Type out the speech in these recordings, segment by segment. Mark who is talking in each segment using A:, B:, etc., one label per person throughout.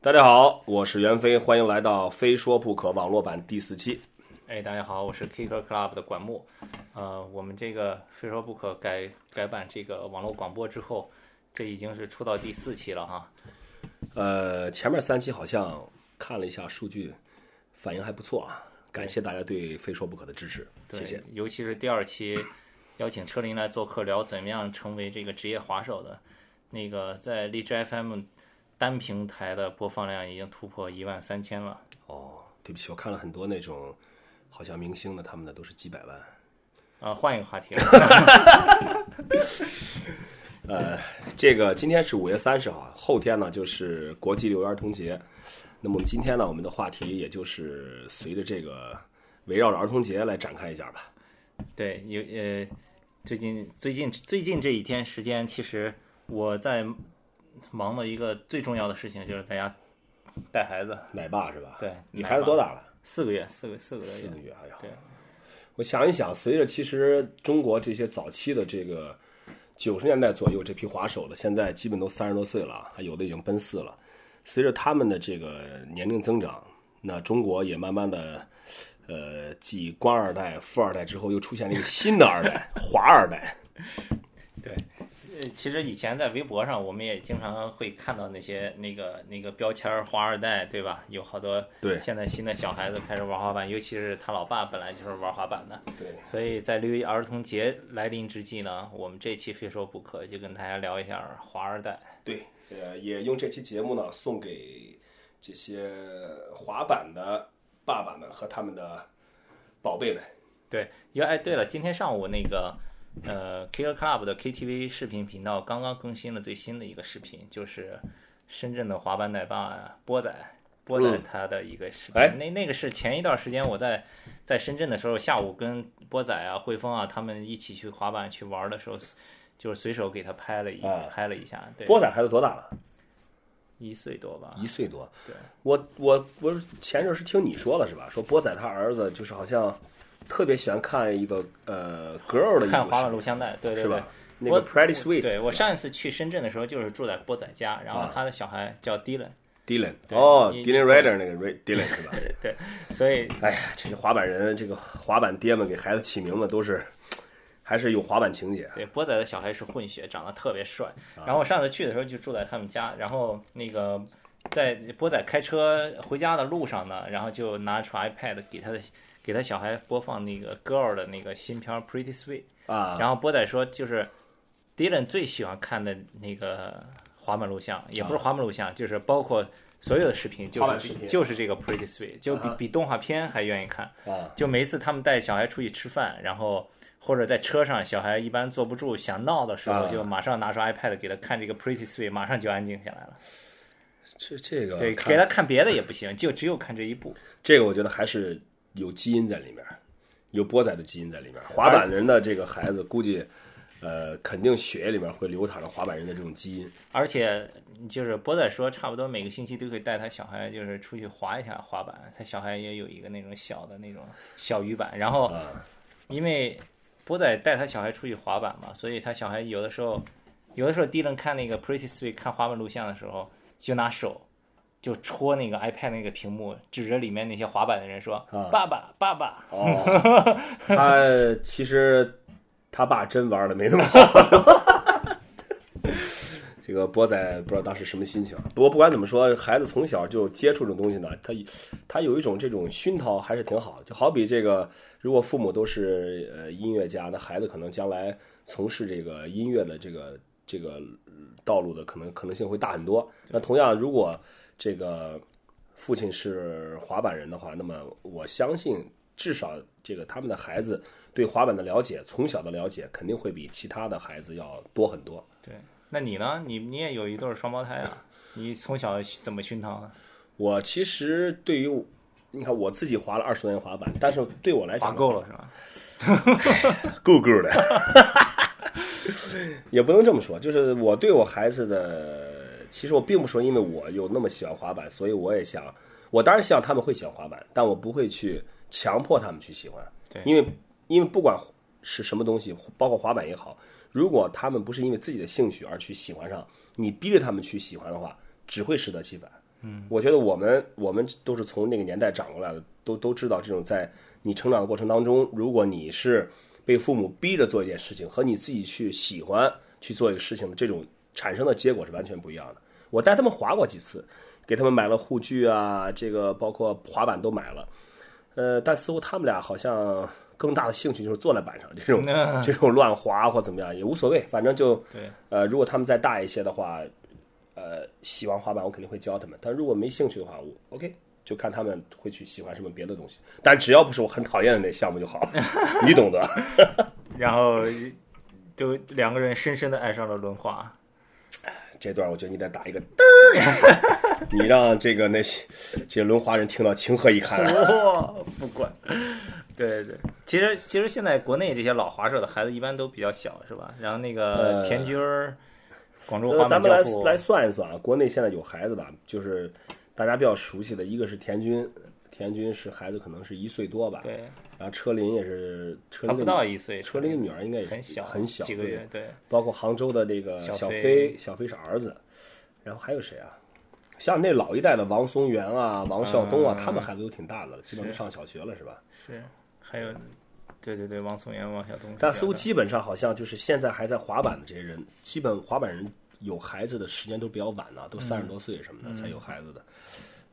A: 大家好，我是袁飞，欢迎来到《非说不可》网络版第四期。
B: 哎，大家好，我是 Kicker Club 的管木。呃，我们这个《非说不可改》改版这个网络广播之后，这已经是出到第四期了哈。
A: 呃，前面三期好像看了一下数据，反应还不错啊，感谢大家对《非说不可》的支持，
B: 对，
A: 谢谢。
B: 尤其是第二期邀请车林来做客，聊怎么样成为这个职业滑手的。那个在荔枝 FM 单平台的播放量已经突破一万三千了。
A: 哦，对不起，我看了很多那种好像明星的他们的都是几百万。
B: 啊、换一个话题了。
A: 这个今天是五月三十号啊，后天呢就是国际六一儿童节。那么我们今天呢，我们的话题也就是随着这个围绕着儿童节来展开一下吧。
B: 对，有呃，最近最近最近这几天时间，其实我在忙的一个最重要的事情就是在家带孩子。
A: 奶爸是吧？
B: 对，
A: 你孩子多
B: 大？
A: 大了？
B: 四个月，四个四个多
A: 四
B: 月
A: 个。月，哎呀，
B: 对
A: 我想一想，随着其实中国这些早期的这个九十年代左右这批滑手的，现在基本都三十多岁了，还有的已经奔四了。随着他们的这个年龄增长，那中国也慢慢的，呃，继官二代、富二代之后，又出现了一个新的二 代——华二代。
B: 呃，其实以前在微博上，我们也经常会看到那些那个那个标签儿“花二代”，对吧？有好多
A: 对
B: 现在新的小孩子开始玩滑板，尤其是他老爸本来就是玩滑板的。
A: 对，
B: 所以在六一儿童节来临之际呢，我们这期非说不可就跟大家聊一下华二代。
A: 对，呃，也用这期节目呢，送给这些滑板的爸爸们和他们的宝贝们。
B: 对，要哎，对了，今天上午那个呃 Kicker Club 的 KTV 视频频道刚刚更新了最新的一个视频，就是深圳的滑板奶爸波仔。波仔
A: 嗯
B: 他的一个视频，
A: 哎
B: 那那个是前一段时间我在在深圳的时候，下午跟波仔啊、汇丰啊他们一起去滑板去玩的时候，就是随手给他拍了一、
A: 啊
B: 拍了一下，对，
A: 波仔孩子多大了？
B: 一岁多吧，
A: 一岁多。
B: 对，
A: 我我我前阵儿是听你说了是吧？说波仔他儿子就是好像特别喜欢看一个呃 girl 的一
B: 看
A: 个
B: 滑板录像带，对对
A: 是
B: 对
A: 吧，？那个 Pretty Sweet
B: 对我上一次去深圳的时候，就是住在波仔家，然后
A: 啊
B: 他的小孩叫 Dylan，、
A: Dylan
B: 对
A: 哦
B: 你
A: ，Dylan Ryder 那个 Ray- Dylan 是吧？
B: 对，所以
A: 哎呀，这些滑板人，这个滑板爹们给孩子起名字都是还是有滑板情节。
B: 对波仔的小孩是混 血，长得特别帅。
A: 啊
B: 然后我上次去的时候就住在他们家，然后那个在波仔开车回家的路上呢，然后就拿出 iPad 给他的给他小孩播放那个 Girl 的那个新片儿 Pretty Sweet。
A: 啊，
B: 然后波仔说，就是 Dylan 最喜欢看的那个滑板录像，也不是滑板录像，就是包括所有的视频，
A: 啊滑
B: 就
A: 板
B: 是
A: 视频
B: 就是这个 Pretty Sweet，就比比动画片还愿意看。
A: 啊，
B: 就每一次他们带小孩出去吃饭，然后或者在车上，小孩一般坐不住想闹的时候，
A: 啊
B: 就马上拿出 iPad 给他看这个 Pretty Sweet，马上就安静下来了。
A: 这这个
B: 对，
A: 啊看
B: 给他看别的也不行，就只有看这一部。
A: 这个我觉得还是有基因在里面，有波仔的基因在里面。滑板人的这个孩子，估计呃，肯定血液里面会流淌着滑板人的这种基因。
B: 而且就是波仔说，差不多每个星期都会带他小孩，就是出去滑一下滑板。他小孩也有一个那种小的那种小鱼板，然后
A: 啊
B: 因为波仔带他小孩出去滑板嘛，所以他小孩有的时候，有的时候迪伦看那个 Pretty Sweet 看滑板录像的时候，就拿手就戳那个 iPad 那个屏幕，指着里面那些滑板的人说：“
A: 啊
B: 爸爸，爸爸。
A: 哦，他其实他爸真玩的没那么好。这个波仔不知道当时什么心情，啊不过不管怎么说，孩子从小就接触这种东西呢，他他有一种这种熏陶还是挺好的。就好比这个，如果父母都是呃音乐家，那孩子可能将来从事这个音乐的这个这个道路的可能可能性会大很多。那同样，如果这个父亲是滑板人的话，那么我相信至少这个他们的孩子对滑板的了解，从小的了解肯定会比其他的孩子要多很多。”
B: 对，那你呢？你你也有一对儿双胞胎啊？你从小怎么熏陶的？
A: 我其实对于你看我自己滑了二十多年滑板，但是对我来
B: 滑
A: 讲
B: 够了是吧？
A: 够够的， 也不能这么说。就是我对我孩子的，其实我并不说因为我有那么喜欢滑板，所以我也想，我当然希望他们会喜欢滑板，但我不会去强迫他们去喜欢。
B: 对
A: 因为因为不管是什么东西，包括滑板也好，如果他们不是因为自己的兴趣而去喜欢上，你逼着他们去喜欢的话，只会适得其反。嗯，我觉得我们我们都是从那个年代长过来的，都都知道这种在你成长的过程当中，如果你是被父母逼着做一件事情，和你自己去喜欢去做一个事情的这种产生的结果是完全不一样的。我带他们滑过几次，给他们买了护具啊，这个包括滑板都买了，呃，但似乎他们俩好像更大的兴趣就是坐在板上这种
B: 那
A: 这种乱滑或怎么样也无所谓，反正就
B: 对，
A: 呃，如果他们再大一些的话，呃，喜欢滑板我肯定会教他们，但如果没兴趣的话，我 OK 就看他们会去喜欢什么别的东西，但只要不是我很讨厌的那项目 就好，你懂得。
B: 然后就两个人深深的爱上了轮滑。
A: 这段我觉得你得打一个嘚儿， 你让这个那些这些轮滑人听到情何以堪啊！
B: 哇，不管。 对对对，其实其实现在国内这些老滑手的孩子一般都比较小，是吧？然后那个
A: 呃
B: 田军儿、广州
A: 呃
B: 滑
A: 咱
B: 板
A: 们来
B: 教父，
A: 来算一算啊，国内现在有孩子的，就是大家比较熟悉的，一个是田军，田军是孩子可能是一岁多吧，
B: 对，
A: 然后车林也是车
B: 他
A: 林
B: 不
A: 的
B: 到
A: 女
B: 一岁，
A: 车林的女儿应该也
B: 很
A: 是
B: 小
A: 很小，
B: 几个
A: 对
B: 月，对，
A: 包括杭州的这个
B: 小
A: 小
B: 飞
A: 飞，小飞是儿子，然后还有谁啊？像那老一代的王松元啊、王孝东啊，
B: 嗯
A: 他们孩子都挺大的了，基本上上小学了，是吧？
B: 是，还有，对对对，王松元、王晓东是这样的，
A: 但似乎基本上好像就是现在还在滑板的这些人，基本滑板人有孩子的时间都比较晚了，都三十多岁什么的、
B: 嗯
A: 才有孩子的。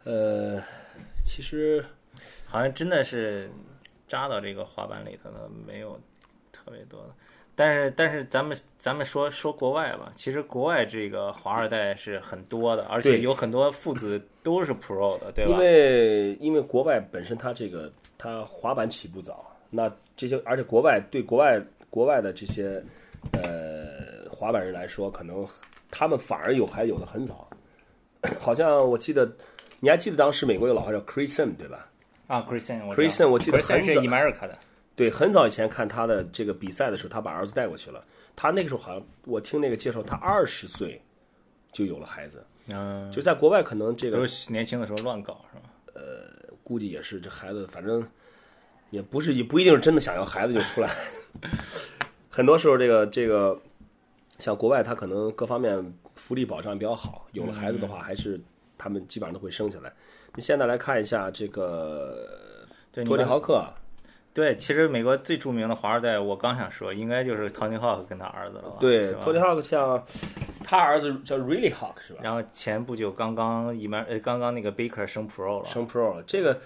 A: 呃，其实
B: 好像真的是扎到这个滑板里头的没有特别多的。但是但是咱们咱们说说国外吧，其实国外这个华二代是很多的，而且
A: 对
B: 有很多父子都是 pro 的，对
A: 因
B: 吧？
A: 为因为国外本身它这个它滑板起步早，那这些而且国外对国外国外的这些呃滑板人来说，可能他们反而有还有的很早， 好像我记得你还记得当时美国有老外叫 Chrison 对吧？
B: 啊，Christian，我
A: Christian，我记得
B: Christian
A: 很
B: 是
A: 早
B: America 的，
A: 对，很早以前看他的这个比赛的时候，他把儿子带过去了。他那个时候好像我听那个介绍，他二十岁就有了孩子，
B: 嗯，
A: 就在国外可能这个
B: 都是年轻的时候乱搞是吧？
A: 估计也是这孩子，反正也不是也不一定是真的想要孩子就出来。 很多时候，这个这个像国外，他可能各方面福利保障比较好，有了孩子的
B: 嗯
A: 话，还是他们基本上都会生下来。你现在来看一下这个
B: 对，你
A: 托尼
B: 们啊
A: 豪克，
B: 对，其实美国最著名的华二代，我刚想说，应该就是陶尼浩克跟他儿子了吧？
A: 对
B: 是吧
A: 托尼豪克像他儿子叫 Really Hawk 是吧？
B: 然后前不久刚刚一面呃，刚刚那个 Baker 升 Pro 了，
A: 升 Pro 了。这个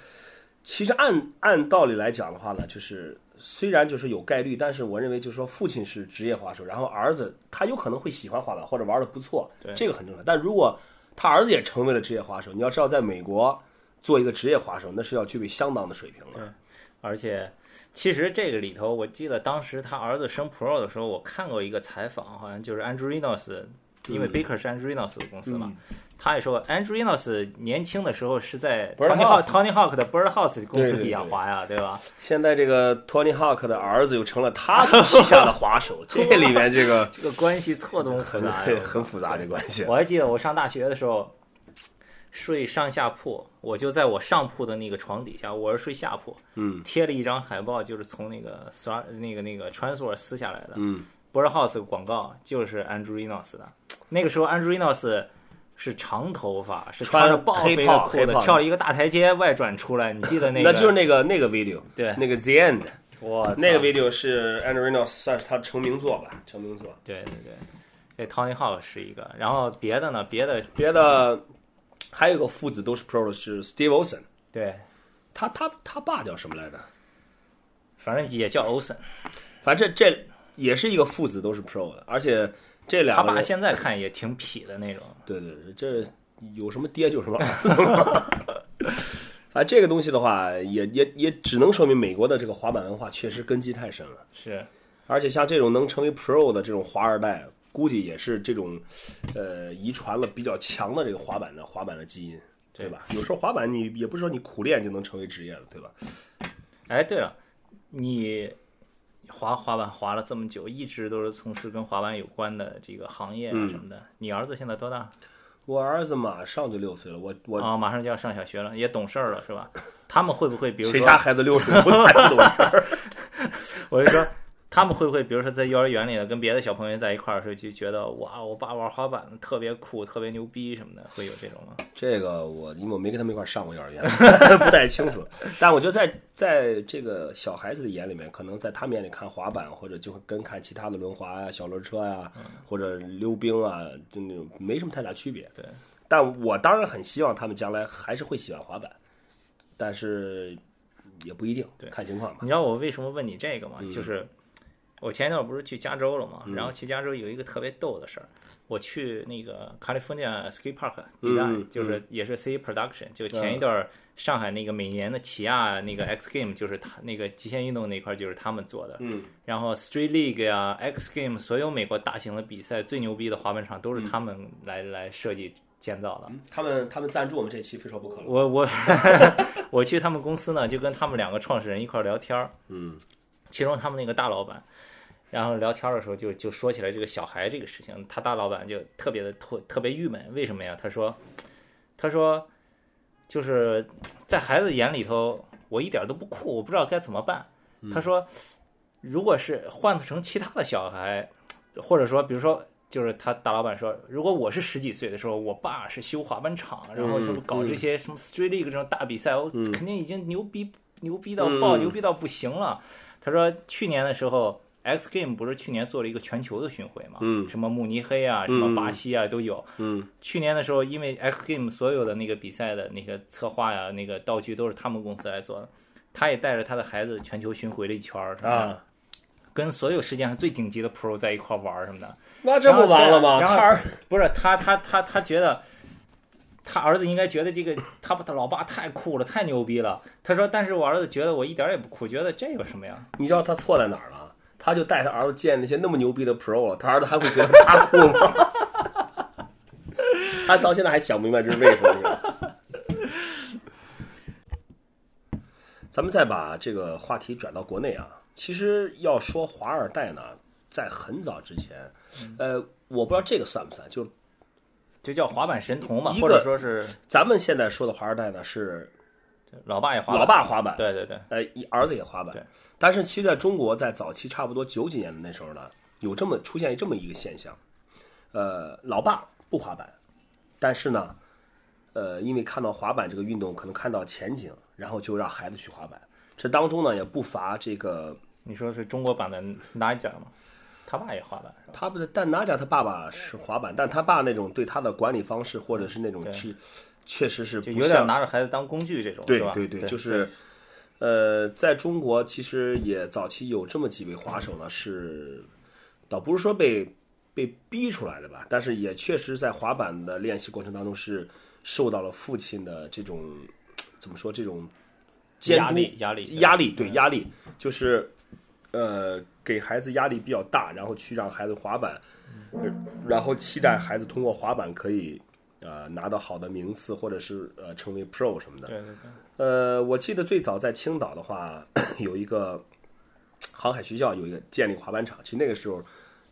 A: 其实按按道理来讲的话呢，就是虽然就是有概率，但是我认为就是说父亲是职业滑手，然后儿子他有可能会喜欢滑板或者玩的不错，这个很重要。但如果他儿子也成为了职业滑手，你要知道，在美国做一个职业滑手，那是要具备相当的水平的。
B: 而且，其实这个里头，我记得当时他儿子升 Pro 的时候，我看过一个采访，好像就是 Andrinos，因为 Baker 是 Andrinos 的公司嘛，他也说 Andrinos 年轻的时候是在
A: Bird
B: Tony Hawk Tony Hawk 的 Bird House 公
A: 对
B: 司
A: 对
B: 底下
A: 对
B: 滑呀，对吧？
A: 现在这个 Tony Hawk 的儿子又成了他旗下的滑 手，这里面这个
B: 这个关系错综复
A: 很
B: 杂呀，
A: 很复杂这关系。
B: 我还记得我上大学的时候，睡上下铺，我就在我上铺的那个床底下，我是睡下铺，
A: 嗯，
B: 贴了一张海报，就是从那个刷那个那个穿梭撕下来的，
A: 嗯
B: ，Bird House 广告就是 Andrinos 的，那个时候 Andrinos。是长头发，是
A: 穿
B: 着豹
A: 黑
B: 飞的
A: 袍
B: 裤
A: 黑
B: 子
A: 袍，的
B: 跳了一个大台阶外转出来。你记得那个？
A: 那就是那个那个 video，
B: 对
A: 那个 The End。
B: 我操
A: 那个 video 是 a n d r e n o s 算是他成名作吧，成名作。
B: 对对对，这 Tony Hawk 是一个，然后别的呢？别的
A: 别的还有一个父子都是 pro 的是 Steve Olsen，
B: 对，
A: 他他他爸叫什么来着？
B: 反正也叫 Olsen。
A: 反正这这也是一个父子都是 pro 的，而且这
B: 他
A: 两个
B: 爸
A: 人
B: 现在看也挺痞的那种。
A: 对对对，这有什么爹就有什么儿子嘛。 啊，这个东西的话，也也也只能说明美国的这个滑板文化确实根基太深了。
B: 是，
A: 而且像这种能成为 Pro 的这种华二代，估计也是这种，呃，遗传了比较强的这个滑板的滑板的基因，对吧？有时候滑板你也不是说你苦练就能成为职业的，对吧？
B: 哎，对了，你滑滑板滑了这么久，一直都是从事跟滑板有关的这个行业
A: 嗯
B: 啊什么的。你儿子现在多大？
A: 我儿子马上就六岁了，我我、
B: 啊、马上就要上小学了，也懂事儿了，是吧？他们会不会，比如
A: 谁家
B: 说，
A: 孩子六岁不太懂事儿？
B: 我就说，他们会不会，比如说在幼儿园里的跟别的小朋友在一块儿的时候，就觉得哇，我爸玩滑板特别酷，特别牛逼什么的，会有这种吗？
A: 这个我因为我没跟他们一块儿上过幼儿园， 不太清楚。但我觉得在在这个小孩子的眼里面，可能在他们眼里看滑板，或者就会跟看其他的轮滑呀、小轮车呀、
B: 嗯
A: 或者溜冰啊，就那种没什么太大区别。
B: 对，
A: 但我当然很希望他们将来还是会喜欢滑板，但是也不一定，
B: 对
A: 看情况吧。
B: 你知道我为什么问你这个吗？
A: 嗯
B: 就是我前一段不是去加州了嘛，然后去加州有一个特别逗的事儿，我去那个 California Ski Park Design，、
A: 嗯
B: 就是也是 C Production，就前一段儿上海那个每年的起亚那个 X Game，就是他那个极限运动那块儿就是他们做的，
A: 嗯，
B: 然后 Street League 呀、X Game，所有美国大型的比赛最牛逼的滑板场
A: 嗯
B: 都是他们来、来设计建造的。
A: 他们他们赞助我们这期非说不可了。
B: 我我 我去他们公司呢，就跟他们两个创始人一块儿聊天儿，
A: 嗯
B: 其中他们那个大老板，然后聊天的时候就就说起来这个小孩这个事情，他大老板就特别的特特别郁闷，为什么呀？他说，他说，就是在孩子眼里头，我一点都不酷，我不知道该怎么办。他说，如果是换成其他的小孩，或者说比如说。就是他大老板说，如果我是十几岁的时候，我爸是修滑板场，然后什么搞这些什么 street league 这种大比赛，我肯定已经牛逼牛逼到爆，
A: 嗯
B: 牛逼到不行了。他说去年的时候，X Game 不是去年做了一个全球的巡回嘛？
A: 嗯
B: 什么慕尼黑啊，什么巴西啊、都有。
A: 嗯
B: 去年的时候，因为 X Game 所有的那个比赛的那个策划呀、那个道具都是他们公司来做的，他也带着他的孩子全球巡回了一圈儿，
A: 啊，
B: 跟所有世界上最顶级的 Pro 在一块儿玩儿什么的。
A: 那这不完了吗？
B: 然后
A: 他儿
B: 不是他，他他他觉得他儿子应该觉得这个他他老爸太酷了，太牛逼了。他说，但是我儿子觉得我一点儿也不酷，觉得这有什么呀？
A: 你知道他错在哪儿了？他就带他儿子见那些那么牛逼的 pro 了，他儿子还会觉得他酷吗？ 他到现在还想不明白这是为什么。是吧咱们再把这个话题转到国内啊，其实要说华二代呢，在很早之前，呃，我不知道这个算不算，就是
B: 就叫滑板神童嘛，
A: 一个
B: 或者说是
A: 咱们现在说的华二代呢，是
B: 老爸也滑板，
A: 老爸滑板，
B: 对对对，
A: 呃，一儿子也滑
B: 对
A: 板，但是其实在中国，在早期差不多九几年的那时候呢，有这么出现这么一个现象，呃，老爸不滑板，但是呢，呃，因为看到滑板这个运动可能看到前景，然后就让孩子去滑板，这当中呢也不乏这个
B: 你说是中国版的哪一家嘛？他爸也滑板是吧？
A: 他不是，但哪吒他爸爸是滑板，但他爸那种对他的管理方式或者是那种是，确实是不
B: 就有
A: 像
B: 点拿着孩子当工具这种，
A: 对
B: 是吧？
A: 对对，就是，呃，在中国其实也早期有这么几位滑手呢，是倒不是说被被逼出来的吧，但是也确实在滑板的练习过程当中是受到了父亲的这种怎么说这种监督
B: 压力压力
A: 压力对压力，就是呃给孩子压力比较大，然后去让孩子滑板，呃然后期待孩子通过滑板可以。呃，拿到好的名次，或者是呃，成为 pro 什么的，
B: 对对对，
A: 呃，我记得最早在青岛的话，有一个航海学校有一个建立滑板场，其实那个时候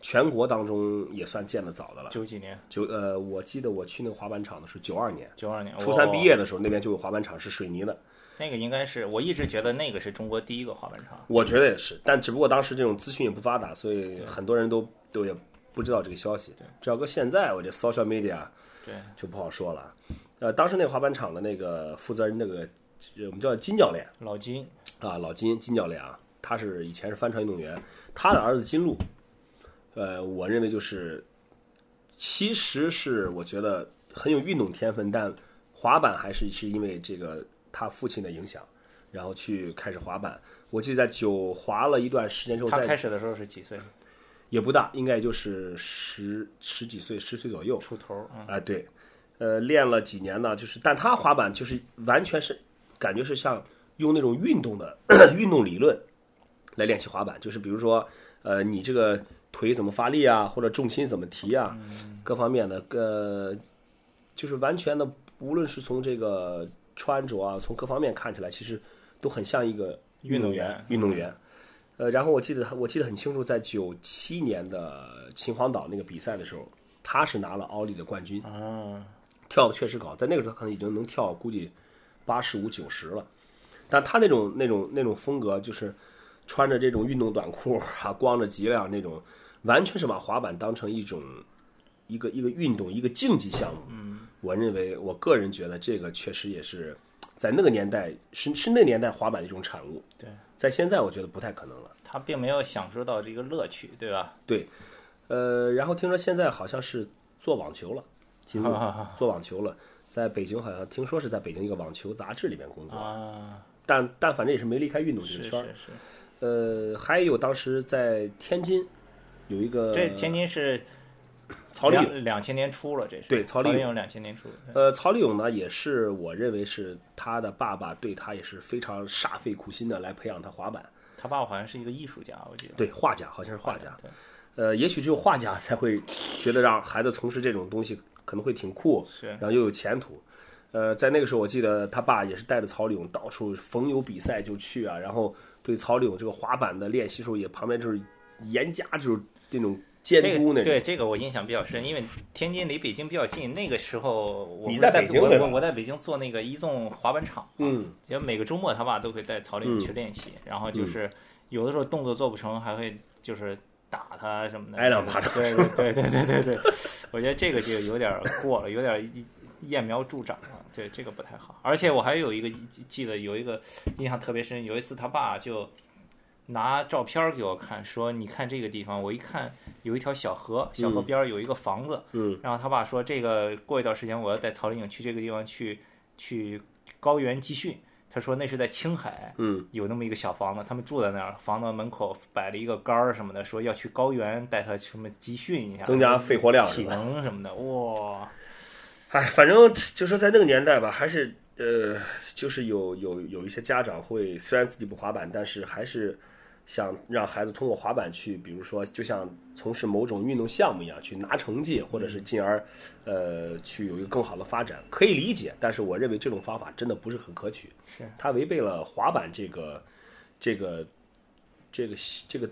A: 全国当中也算建的早的了。
B: 九几年
A: 九呃，我记得我去那个滑板场的是九二年，
B: 九二年
A: 初三
B: 我
A: 毕业的时候，那边就有滑板场是水泥的，
B: 那个应该是我一直觉得那个是中国第一个滑板场，
A: 我觉得也是，但只不过当时这种资讯也不发达，所以很多人都都也不知道这个消息。只要搁现在，我这 social media
B: 对
A: 就不好说了。呃，当时那个滑板场的那个负责人，那个呃我们叫金教练。
B: 老金
A: 啊，老金金教练啊，他是以前是帆船运动员，他的儿子金鹿，呃，我认为就是，其实是我觉得很有运动天分，但滑板还是是因为这个他父亲的影响，然后去开始滑板。我记得在九滑了一段时间之后，
B: 他开
A: 在
B: 始的时候是几岁
A: 也不大，应该也就是十十几岁、十岁左右，
B: 出头啊？嗯
A: 啊，对，呃，练了几年呢，就是，但他滑板就是完全是感觉是像用那种运动的 运动理论来练习滑板，就是比如说，呃，你这个腿怎么发力啊，或者重心怎么提啊，各方面的，呃，就是完全的，无论是从这个穿着啊，从各方面看起来，其实都很像一个
B: 运动
A: 员
B: 员，
A: 运动员。呃，然后我记得他我记得很清楚，在九七年的秦皇岛那个比赛的时候，他是拿了奥利的冠军，
B: 啊，
A: 跳的确实高，在那个时候他可能已经能跳估计八十五九十了，但他那种那种那种风格就是穿着这种运动短裤啊，光着脊梁那种，完全是把滑板当成一种一个一个运动一个竞技项目。嗯，我认为我个人觉得这个确实也是在那个年代是是那年代滑板的一种产物。
B: 对，
A: 在现在我觉得不太可能了。
B: 他并没有享受到这个乐趣，对吧？
A: 对，呃，然后听说现在好像是做网球了，进入做网球了，在北京好像听说是在北京一个网球杂志里面工作，
B: 啊，
A: 但但反正也是没离开运动这
B: 是
A: 个
B: 是
A: 圈儿。
B: 是，
A: 呃，还有当时在天津有一个
B: 这天津是
A: 呃曹丽
B: 两两千年初了，这是
A: 对
B: 曹
A: 曹丽勇
B: 勇两千年初，对
A: 呃，曹丽勇呢，也是我认为是他的爸爸对他也是非常煞费苦心的来培养他滑板，
B: 他爸爸好像是一个艺术家，我记得
A: 对画家好像是画家，
B: 对
A: 呃，也许只有画家才会觉得让孩子从事这种东西可能会挺酷，
B: 是
A: 然后又有前途。呃，在那个时候，我记得他爸也是带着曹丽勇到处逢有比赛就去啊，然后对曹丽勇这个滑板的练习时候也旁边就是严加就是那种监
B: 这
A: 督
B: 个
A: 那种
B: 对。这个我印象比较深，因为天津离北京比较近。那个时候我
A: 你
B: 会
A: 在
B: 在
A: 北京
B: 我
A: 对吧
B: 我我在北京做那个一纵滑板场，
A: 嗯，
B: 因为每个周末他爸都会带曹丽
A: 嗯
B: 颖去练习，然后就是有的时候动作做不成，还会就是打他什么的，
A: 挨两巴掌
B: 对对对对对对对，我觉得这个就有点过了，有点一揠苗助长了，对这个不太好。而且我还有一个记记得有一个印象特别深，有一次他爸就拿照片儿给我看，说你看这个地方，我一看有一条小河，小河边儿有一个房子，
A: 嗯，
B: 然后他爸说这个过一段时间我要带曹丽颖去这个地方去去高原集训，他说那是在青海，
A: 嗯，
B: 有那么一个小房子，他们住在那儿，房子门口摆了一个杆儿什么的，说要去高原带他什么集训一下，
A: 增加肺活量是
B: 体
A: 吧
B: 能什么的，哇，
A: 哎，反正就说在那个年代吧，还是呃，就是有有有一些家长会，虽然自己不滑板，但是还是想让孩子通过滑板去，比如说就像从事某种运动项目一样，去拿成绩，或者是进而呃去有一个更好的发展，可以理解。但是我认为这种方法真的不是很可取，
B: 是
A: 它违背了滑板这个这个这个这个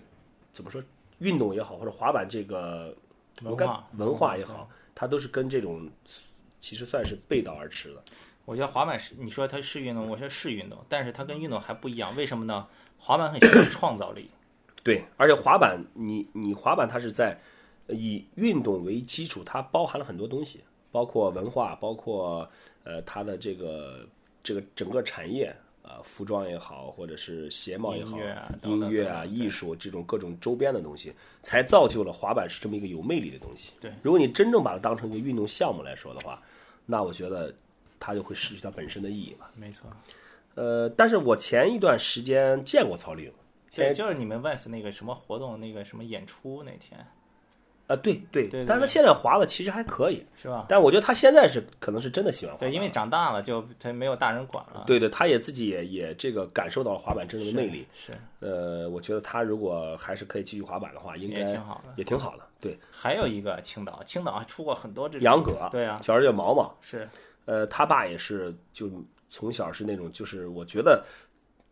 A: 怎么说运动也好，或者滑板这个
B: 文化嗯
A: 我感文化也好，它都是跟这种其实算是背道而驰的。
B: 我觉得滑板是你说它是运动，我说是运动，但是它跟运动还不一样，为什么呢？滑板很 需要创造力，
A: 对，而且滑板，你你滑板它是在呃以运动为基础，它包含了很多东西，包括文化，包括呃它的这个这个整个产业。啊，服装也好，或者是鞋帽也好，
B: 音乐啊等等
A: 音乐啊、艺术这种各种周边的东西，才造就了滑板是这么一个有魅力的东西。
B: 对，
A: 如果你真正把它当成一个运动项目来说的话，那我觉得它就会失去它本身的意义了。
B: 没错。
A: 呃，但是我前一段时间见过曹丽颖，现
B: 对，
A: 在
B: 就是你们 Vans 那个什么活动，那个什么演出那天，
A: 啊，对对，
B: 对对
A: 但是他现在滑的其实还可以，
B: 是吧？
A: 但我觉得他现在是可能是真的喜欢滑板
B: 对，
A: 了，
B: 因为长大了就他没有大人管了。
A: 对对，他也自己也也这个感受到了滑板真正的魅
B: 是，
A: 力。
B: 是
A: 呃，我觉得他如果还是可以继续滑板的话，应
B: 也
A: 该
B: 挺好的。
A: 也挺好的。对，
B: 还有一个青岛，青岛还出过很多这种
A: 杨葛，
B: 对啊，
A: 小时候叫毛毛，
B: 是
A: 呃，他爸也是，就从小是那种，就是我觉得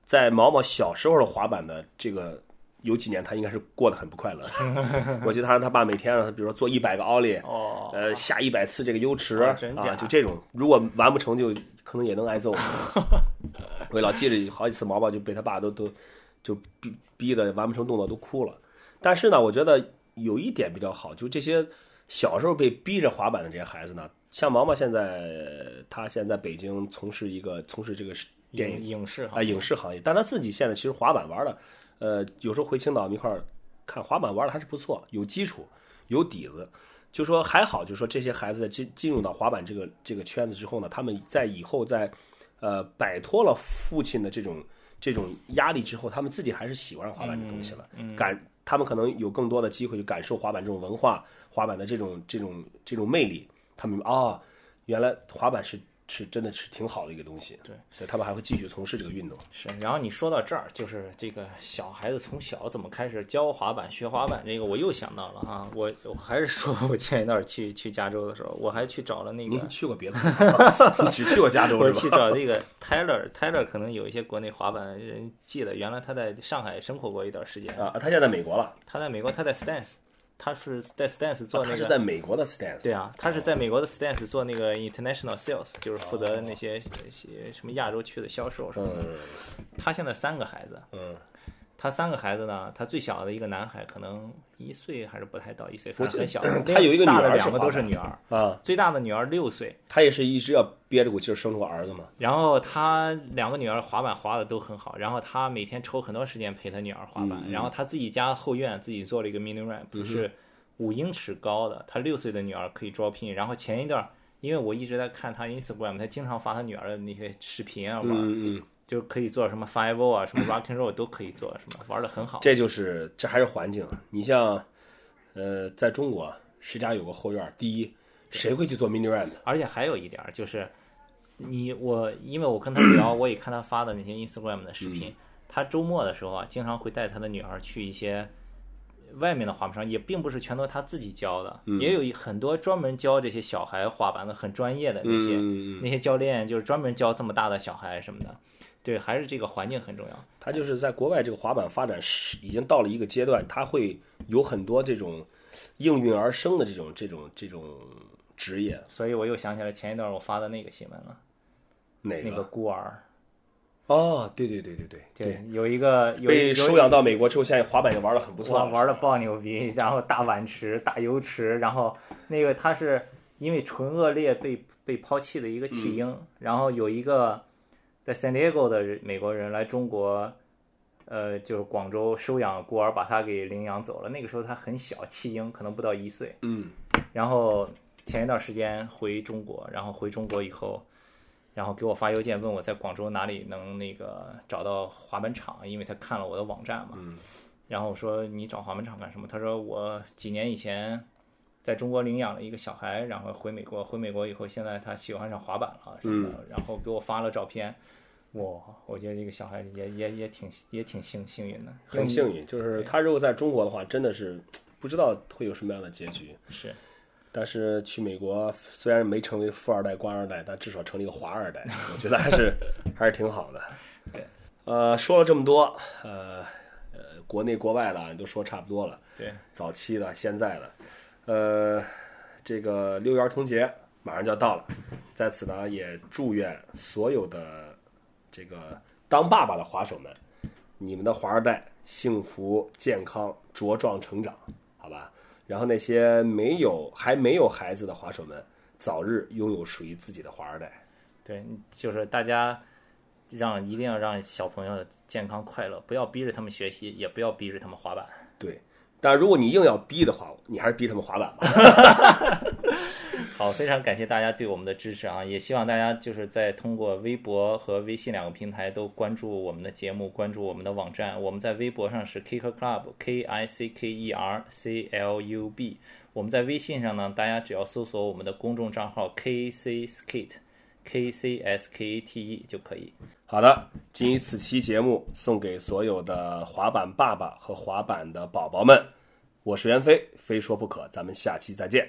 A: 在毛毛小时候的滑板的这个有几年，他应该是过得很不快乐。 我记得他让他爸每天让他，比如说做一百个奥利，
B: 哦，
A: 呃，下一百次这个优池
B: 啊真假
A: 啊，就这种，如果完不成就可能也能 挨揍。我老记着好几次毛毛就被他爸都都就逼逼的完不成动作都哭了。但是呢，我觉得有一点比较好，就这些小时候被逼着滑板的这些孩子呢，像毛毛现在他现在北京从事一个从事这个电影
B: 影影视
A: 啊、
B: 哈，
A: 影视行业，但他自己现在其实滑板玩的，呃，有时候回青岛我们一块儿看滑板玩的还是不错，有基础，有底子。就说还好，就说这些孩子在进进入到滑板这个这个圈子之后呢，他们在以后在呃摆脱了父亲的这种这种压力之后，他们自己还是喜欢上滑板这个东西了，
B: 嗯
A: 感他们可能有更多的机会去感受滑板这种文化，滑板的这种这种这种魅力，他们啊、原来滑板是是真的是挺好的一个东西，
B: 对，
A: 所以他们还会继续从事这个运动。
B: 是。然后你说到这儿，就是这个小孩子从小怎么开始教滑板、学滑板，这个我又想到了哈。我我还是说我前一段去去加州的时候，我还去找了那
A: 您
B: 个，
A: 去过别的地方？ 你只去过加州
B: 啊我
A: 是
B: 去
A: 吧？
B: 找那个 Tyler，Tyler 可能有一些国内滑板人记得，原来他在上海生活过一段时间，
A: 啊，他现在在美国了，
B: 他在美国，他在 Stance，他是在 Stance 做
A: 啊
B: 那
A: 他
B: 个
A: 是。在美国的 stance。
B: 对啊，他是在美国的 Stance 做那个 international sales，就是负责那
A: 哦
B: 些、些什么亚洲区的销售什么的。
A: 嗯
B: 他现在三个孩子，
A: 嗯
B: 他三个孩子呢，他最小的一个男孩可能一岁还是不太到一岁，
A: 我
B: 反
A: 记
B: 正
A: 得
B: 很小。
A: 他有一个女
B: 大
A: 儿
B: 的
A: 是
B: 两个都
A: 华
B: 是
A: 莱
B: 女儿，
A: 啊，
B: 最大的女儿六岁，
A: 他也是一直要憋着股气儿生出个儿子嘛，
B: 然后他两个女儿滑板滑的都很好，然后他每天抽很多时间陪他女儿滑板，
A: 嗯嗯嗯
B: 然后他自己家后院自己做了一个 mini ramp，、是五英尺高的，他六岁的女儿可以招聘。然后前一段儿，因为我一直在看他 Instagram，他经常发他女儿的那些视频啊玩，
A: 嗯嗯，
B: 就可以做什么 five o 啊，什么 rock and roll 都可以做，什么玩的很好。
A: 这就是这还是环境。啊你像，呃，在中国谁家有个后院儿，第一谁会去做 mini ramp？
B: 而且还有一点儿就是，你我因为我跟他 聊，我也看他发的那些 Instagram 的视
A: 嗯
B: 频，他周末的时候啊，经常会带他的女儿去一些外面的滑板场，也并不是全都他自己教的，
A: 嗯
B: 也有一很多专门教这些小孩滑板的很专业的那些、
A: 嗯，
B: 那些教练，就是专门教这么大的小孩什么的。对，还是这个环境很重要。
A: 他就是在国外这个滑板发展是已经到了一个阶段，他会有很多这种应运而生的这种这种这种职业。
B: 所以我又想起来前一段我发的那个新闻了，
A: 哪
B: 那个孤儿，
A: 哦，对对对对对，
B: 对，有一个有一
A: 被
B: 有一
A: 收养到美国之后，现在滑板也玩的很不错
B: 哇，
A: 了。
B: 玩的爆牛逼，然后大碗池、大油池，然后那个他是因为唇腭裂被被抛弃的一个
A: 嗯
B: 弃婴，然后有一个在 San Diego 的人美国人来中国，呃，就是广州收养孤儿，把他给领养走了。那个时候他很小，弃婴可能不到一岁，
A: 嗯，
B: 然后前一段时间回中国，然后回中国以后，然后给我发邮件问我在广州哪里能那个找到滑板场，因为他看了我的网站嘛。
A: 嗯
B: 然后我说你找滑板场干什么？他说我几年以前在中国领养了一个小孩，然后回美国，回美国以后现在他喜欢上滑板了什么的，然后给我发了照片。我我觉得这个小孩也也也挺也挺幸幸运的，
A: 很幸运，就是他如果在中国的话，真的是不知道会有什么样的结局。
B: 是
A: 但是去美国虽然没成为富二代、官二代，但至少成了一个华二代，我觉得还是还是挺好的。
B: 对，
A: 呃，说了这么多，呃呃，国内国外的啊都说差不多了，
B: 对，
A: 早期的、现在的，呃，这个六一儿童节马上就要到了，在此呢也祝愿所有的这个当爸爸的滑手们，你们的华二代幸福、健康、茁壮成长，好吧？然后那些没有还没有孩子的滑手们，早日拥有属于自己的华二代。
B: 对，就是大家让一定要让小朋友健康快乐，不要逼着他们学习，也不要逼着他们滑板。
A: 对，但如果你硬要逼的话，你还是逼他们滑板吧。
B: 好，非常感谢大家对我们的支持啊！也希望大家就是在通过微博和微信两个平台都关注我们的节目，关注我们的网站。我们在微博上是 Kicker Club K I C K E R C L U B，我们在微信上呢，大家只要搜索我们的公众账号 K C Skate K C S K A T E 就可以。
A: 好的，基于此期节目送给所有的滑板爸爸和滑板的宝宝们，我是袁飞，非说不可，咱们下期再见。